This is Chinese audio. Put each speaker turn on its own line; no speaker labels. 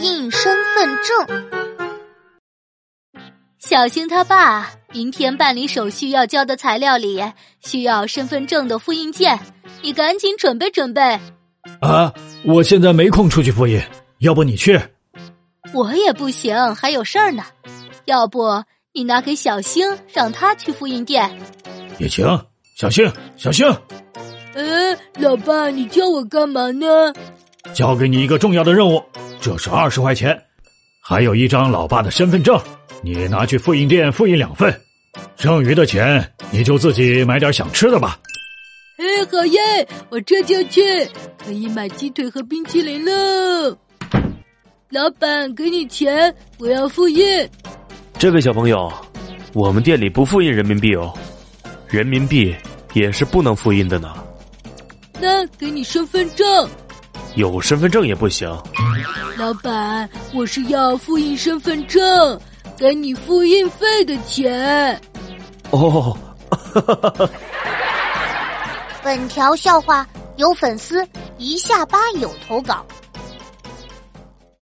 印身份证。小星他爸明天办理手续要交的材料里需要身份证的复印件，你赶紧准备准备。
啊，我现在没空出去复印，要不你去？
我也不行，还有事儿呢。要不你拿给小星，让他去复印店。
也行，小星，小星，
呃
哎，老爸，你叫我干嘛呢？
交给你一个重要的任务，这是二十块钱，还有一张老爸的身份证，你拿去复印店复印两份，剩余的钱你就自己买点想吃的吧。
哎，好耶，我这就去，可以买鸡腿和冰淇淋喽。老板，给你钱，我要复印。
这位小朋友，我们店里不复印人民币哦，人民币也是不能复印的呢。
那给你身份证。
有身份证也不行。
老板，哎我是要复印身份证，给你复印费的钱。
哦，
本条笑话有粉丝一下吧有投稿，